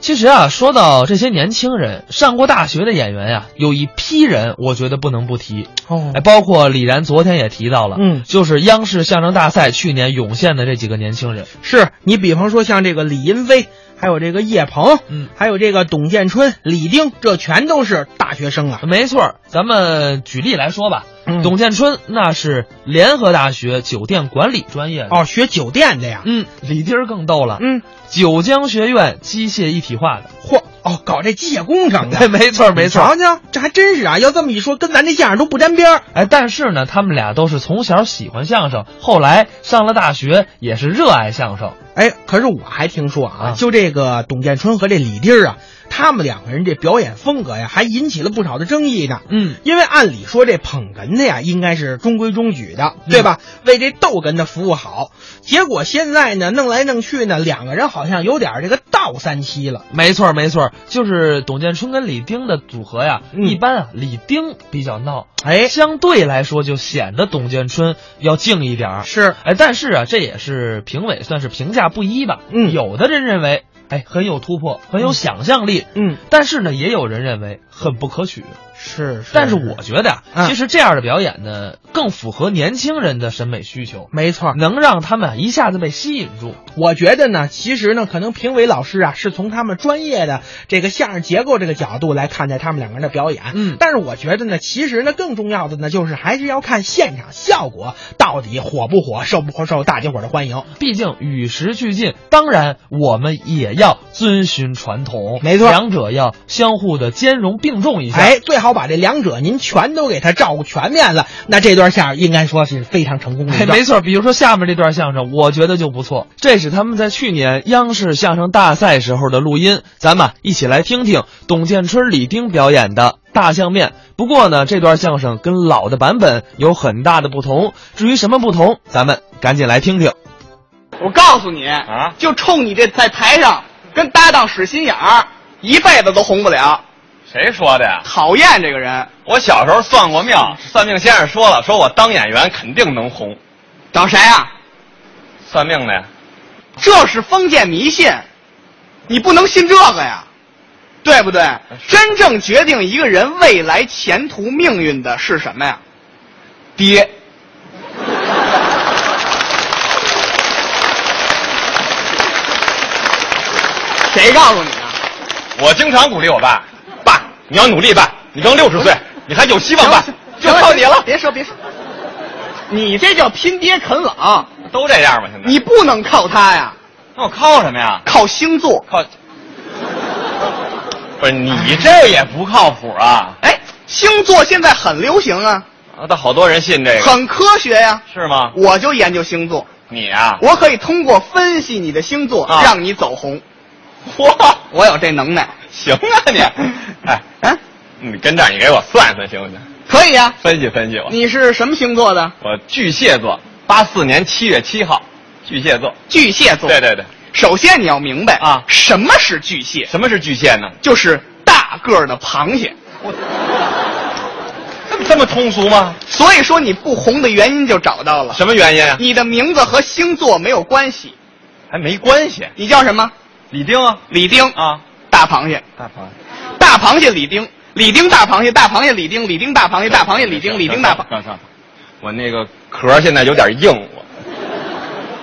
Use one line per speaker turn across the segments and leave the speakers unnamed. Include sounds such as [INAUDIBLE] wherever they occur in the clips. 其实啊，说到这些年轻人，上过大学的演员呀、有一批人，我觉得不能不提。
哦
哎，包括李然昨天也提到了，
嗯
就是央视相声大赛去年涌现的这几个年轻人，
是你比方说像这个李银飞，还有这个叶鹏，
嗯，
还有这个董建春、李丁，这全都是大学生啊。
没错儿，咱们举例来说吧，
嗯
董建春那是联合大学酒店管理专业的，
哦，学酒店的呀。
嗯，李丁儿更逗了，
嗯，
九江学院机械一体化的，
嚯，哦，搞这机械工程的
哎，。没错儿没错儿，
你瞧瞧，这还真是啊！要这么一说，跟咱这相声都不沾边儿。
哎，但是呢，他们俩都是从小喜欢相声，后来上了大学也是热爱相声。
哎，可是我还听说啊，
啊
就这个董建春和这李丁儿啊，他们两个人这表演风格呀，还引起了不少的争议呢。
嗯，
因为按理说这捧哏的呀，应该是中规中矩的，
嗯
对吧？为这逗哏的服务好。结果现在呢，弄来弄去呢，两个人好像有点这个倒三七了。
没错儿没错儿，就是董建春跟李丁的组合呀。
嗯
一般啊，李丁比较闹，
哎，
相对来说就显得董建春要静一点儿。
是，
哎，但是啊，这也是评委算是评价不一吧。
嗯
有的人认为，哎，很有突破，很有想象力。
嗯，
但是呢，也有人认为很不可取。
是是。
但是我觉得啊，
嗯
其实这样的表演呢，更符合年轻人的审美需求，
没错，
能让他们啊一下子被吸引住。
我觉得呢，其实呢，可能评委老师啊是从他们专业的这个相声结构这个角度来看待他们两个人的表演。
嗯
但是我觉得呢，其实呢，更重要的呢，就是还是要看现场效果到底火不火，受不受大家伙的欢迎。
毕竟与时俱进，当然我们也要遵循传统，
没错
两者要相互的兼容并重一下。，
哎，最好把这两者您全都给他照顾全面了，那这段相声应该说是非常成功的一
哎，
段。
没错，比如说下面这段相声，我觉得就不错。这是他们在去年央视相声大赛时候的录音，咱们啊一起来听听董建春、李丁表演的《大酱面》。不过呢，这段相声跟老的版本有很大的不同。至于什么不同，咱们赶紧来听听。
我告诉你啊，就冲你这在台上跟搭档使心眼儿，一辈子都红不了。
谁说的呀？
讨厌这个人，
我小时候算过命，算命先生说了，说我当演员肯定能红。
找谁啊？
算命的呀，
这是封建迷信，你不能信这个呀，对不对？
哎
真正决定一个人未来前途命运的是什么呀？爹。谁告诉你啊？
我经常鼓励我爸，爸，你要努力办，你刚六十岁，你还有希望办
行，
就靠你了。
别说别说，你这叫拼爹啃老，
都这样吧，现在
你不能靠他呀，
那我靠什么呀？
靠星座。 [LAUGHS]
靠，不是你这也不靠谱啊！
哎，星座现在很流行啊，
啊，但好多人信这个，
很科学呀、
是吗？
我就研究星座，
你啊，
我可以通过分析你的星座、
啊
让你走红，
嚯，
我有这能耐。
行啊
[LAUGHS]
你，哎，
啊，
你跟这儿你给我算算行不行？
可以呀、
分析分析我。
你是什么星座的？
我巨蟹座，八四年七月七号，巨蟹座。
巨蟹座。
对。对对，
首先你要明白
啊
什么是巨蟹？
什么是巨蟹呢？
就是大个儿的螃蟹。
这么这么通俗吗？
所以说你不红的原因就找到了。
什么原因啊？
你的名字和星座没有关系，
还没关系。
你叫什么？
李丁啊，
李丁，
啊，
大螃蟹，
大鹏，
大螃蟹李丁，李丁大螃蟹，大螃蟹李丁，李丁大螃蟹，哎大螃蟹李丁，李丁大螃
行行行我那个壳现在有点硬，我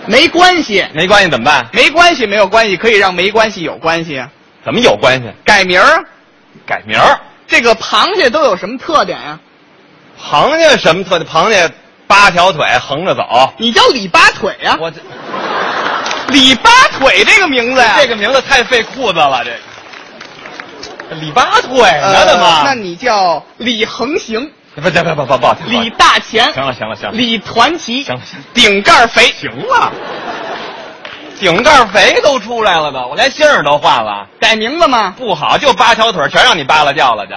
没关系，
没关系怎么办？
没关系，没有关系，可以让没关系有关系啊，
怎么有关系？
改名儿啊。
改名儿。
这个螃蟹都有什么特点呀、
螃蟹什么特点？螃蟹八条腿横着走。
你叫李八腿呀、
我这
李八腿这个名字呀、
这个名字太费裤子了，这个李八腿呢？
呃
怎么？
那你叫李横行、
不不不不不不好听，不好
李
听
大钱、
行了行了行了。
李团旗、
行了行了
顶盖肥。
行了，井盖肥都出来了都，我连姓儿都换了，
改名字吗？
不好就八条腿全让你扒拉掉了就，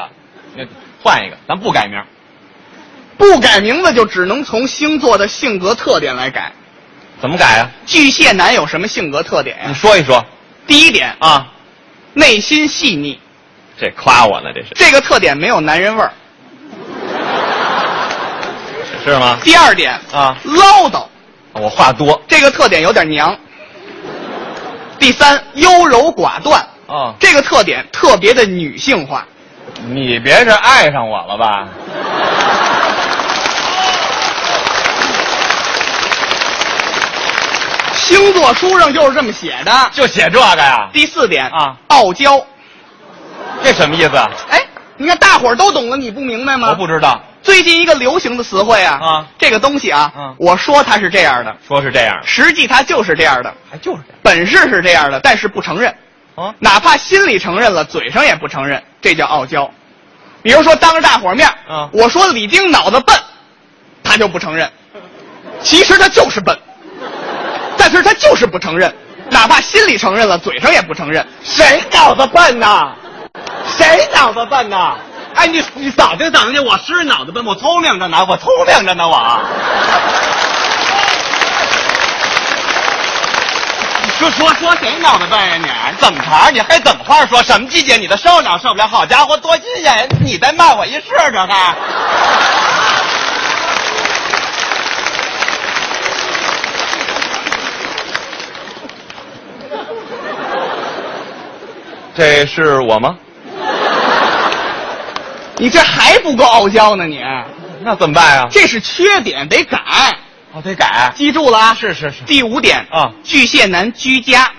那换一个，咱不改名，
不改名字就只能从星座的性格特点来改。
怎么改啊？
巨蟹男有什么性格特点
你
呀、
说一说
第一点，
啊，
内心细腻，
这夸我呢，这是
这个特点没有男人味儿。
是吗？
第二点，
啊，
唠叨，
我话多，
这个特点有点娘。第三，优柔寡断，
啊，
这个特点特别的女性化。
你别是爱上我了吧？
星座书上就是这么写的。
就写这个呀？
第四点
啊
傲娇。
这什么意思啊？
哎，你看大伙儿都懂了，你不明白吗？
我不知道，
最近一个流行的词汇啊，
啊
这个东西啊，
嗯
我说它是这样的，
说是这样
实际它就是这样的，
还哎就是这样。
本事是这样的，但是不承认，
啊？
哪怕心里承认了，嘴上也不承认，这叫傲娇。比如说当着大伙儿面，
啊
我说李丁脑子笨，他就不承认，其实他就是笨，但是他就是不承认，哪怕心里承认了，嘴上也不承认。
谁脑子笨呐？谁脑子笨呐？哎，你你扫听扫听去，我是脑子笨，我聪明着呢，我聪明着呢，我。说说说谁脑子笨呀、你？啊怎么茬？你还怎么话说？什么季节你的受长受不了？好家伙，多新鲜！你再骂我一试试还？这是我吗？
你这还不够傲娇呢你，啊
那怎么办呀、啊
这是缺点得改，
我得改。
记住了啊。
是是是，
第五点
啊
巨蟹男居家。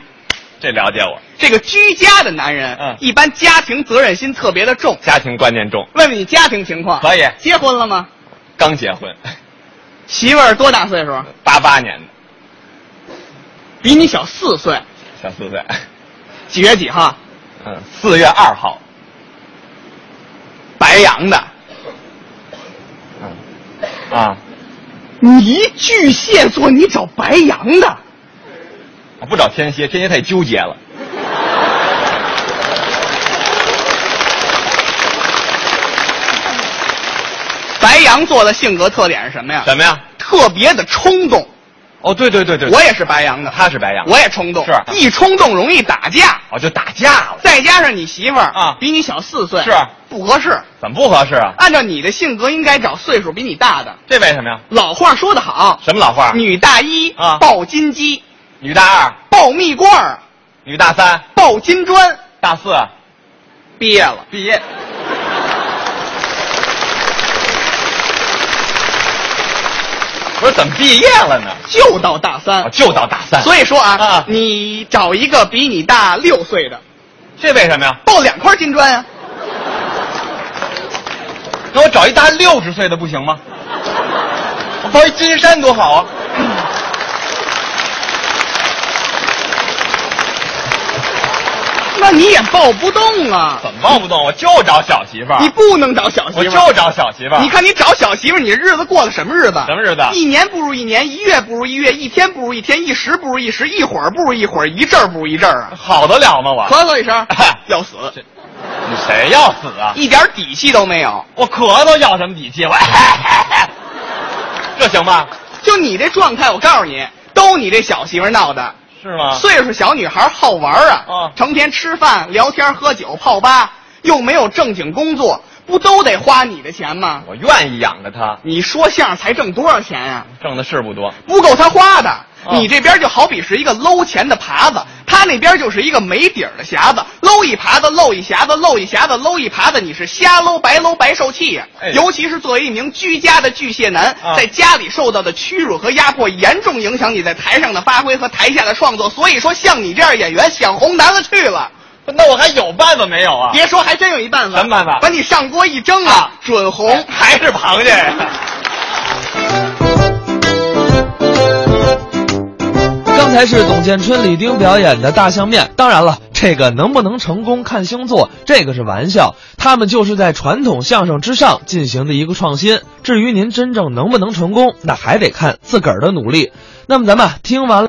这了解我，
这个居家的男人，
嗯
一般家庭责任心特别的重。
家庭观念重，
问问你家庭情况，
可以
结婚了吗？
刚结婚，
媳妇儿多大岁数？
八八年的，
比你小四岁，
小四岁，
几月几号？
嗯，四月二号，
白羊的。
嗯，啊，
你巨蟹座，你找白羊的？
我不找天蝎，天蝎太纠结了。
白羊座的性格特点是什么呀？
什么呀？
特别的冲动。
哦，对对对对，
我也是白羊的，
他是白羊，
我也冲动，
是
一冲动容易打架。
哦就打架了，
再加上你媳妇儿
啊
比你小四岁，
是啊
不合适。
怎么不合适啊？
按照你的性格，应该找岁数比你大的。
这为什么呀？
老话说得好，
什么老话？
女大一
啊
抱金鸡，
女大二，
抱蜜罐儿，
女大三，
抱金砖，
大四
毕业了。
毕业。不是怎么毕业了呢？
就到大三，
哦就到大三，
所以说啊，
啊
你找一个比你大六岁的，
这为什么呀？
抱两块金砖啊，
给我找一大六十岁的不行吗？我抱一金山多好啊！
那你也抱不动啊，
怎么抱不动？我就找小媳妇儿，
你不能找小
啊我
媳妇儿，
就找小媳妇儿。
你看你找小媳妇儿，你日子过的什么日子？
什么日子？
一年不如一年，一月不如一月，一天不如一天，一时不如一时，一会儿不如一会儿，一阵儿不如一阵儿啊！
好得了吗？我
咳嗽一声要死，
这你谁要死啊？
一点底气都没有。
我咳嗽要什么底气？我 [LAUGHS] 这行吗？
就你这状态，我告诉你，都你这小媳妇儿闹的。
是吗？
岁数小女孩好玩儿啊，
啊
成天吃饭、聊天、喝酒、泡吧，又没有正经工作，不都得花你的钱吗？
我愿意养着她，
你说相声才挣多少钱呀、
挣的是不多。
不够他花的。
啊
你这边就好比是一个搂钱的耙子，他那边就是一个没底儿的匣子，搂一耙子，搂一匣子，搂一匣子，搂一耙子，你是瞎搂白搂白受气呀、
哎
尤其是作为一名居家的巨蟹男，
啊
在家里受到的屈辱和压迫，严重影响你在台上的发挥和台下的创作。所以说，像你这样演员想红难了去了。
那我还有办法没有啊？
别说，还真有一办法，
什么办法
把你上锅一蒸啊，
啊哎
准红。
还是螃蟹呀？
刚才是董建春、李丁表演的大象面。当然了，这个能不能成功看星座，这个是玩笑。他们就是在传统相声之上进行的一个创新。至于您真正能不能成功，那还得看自个儿的努力。那么咱们啊听完了。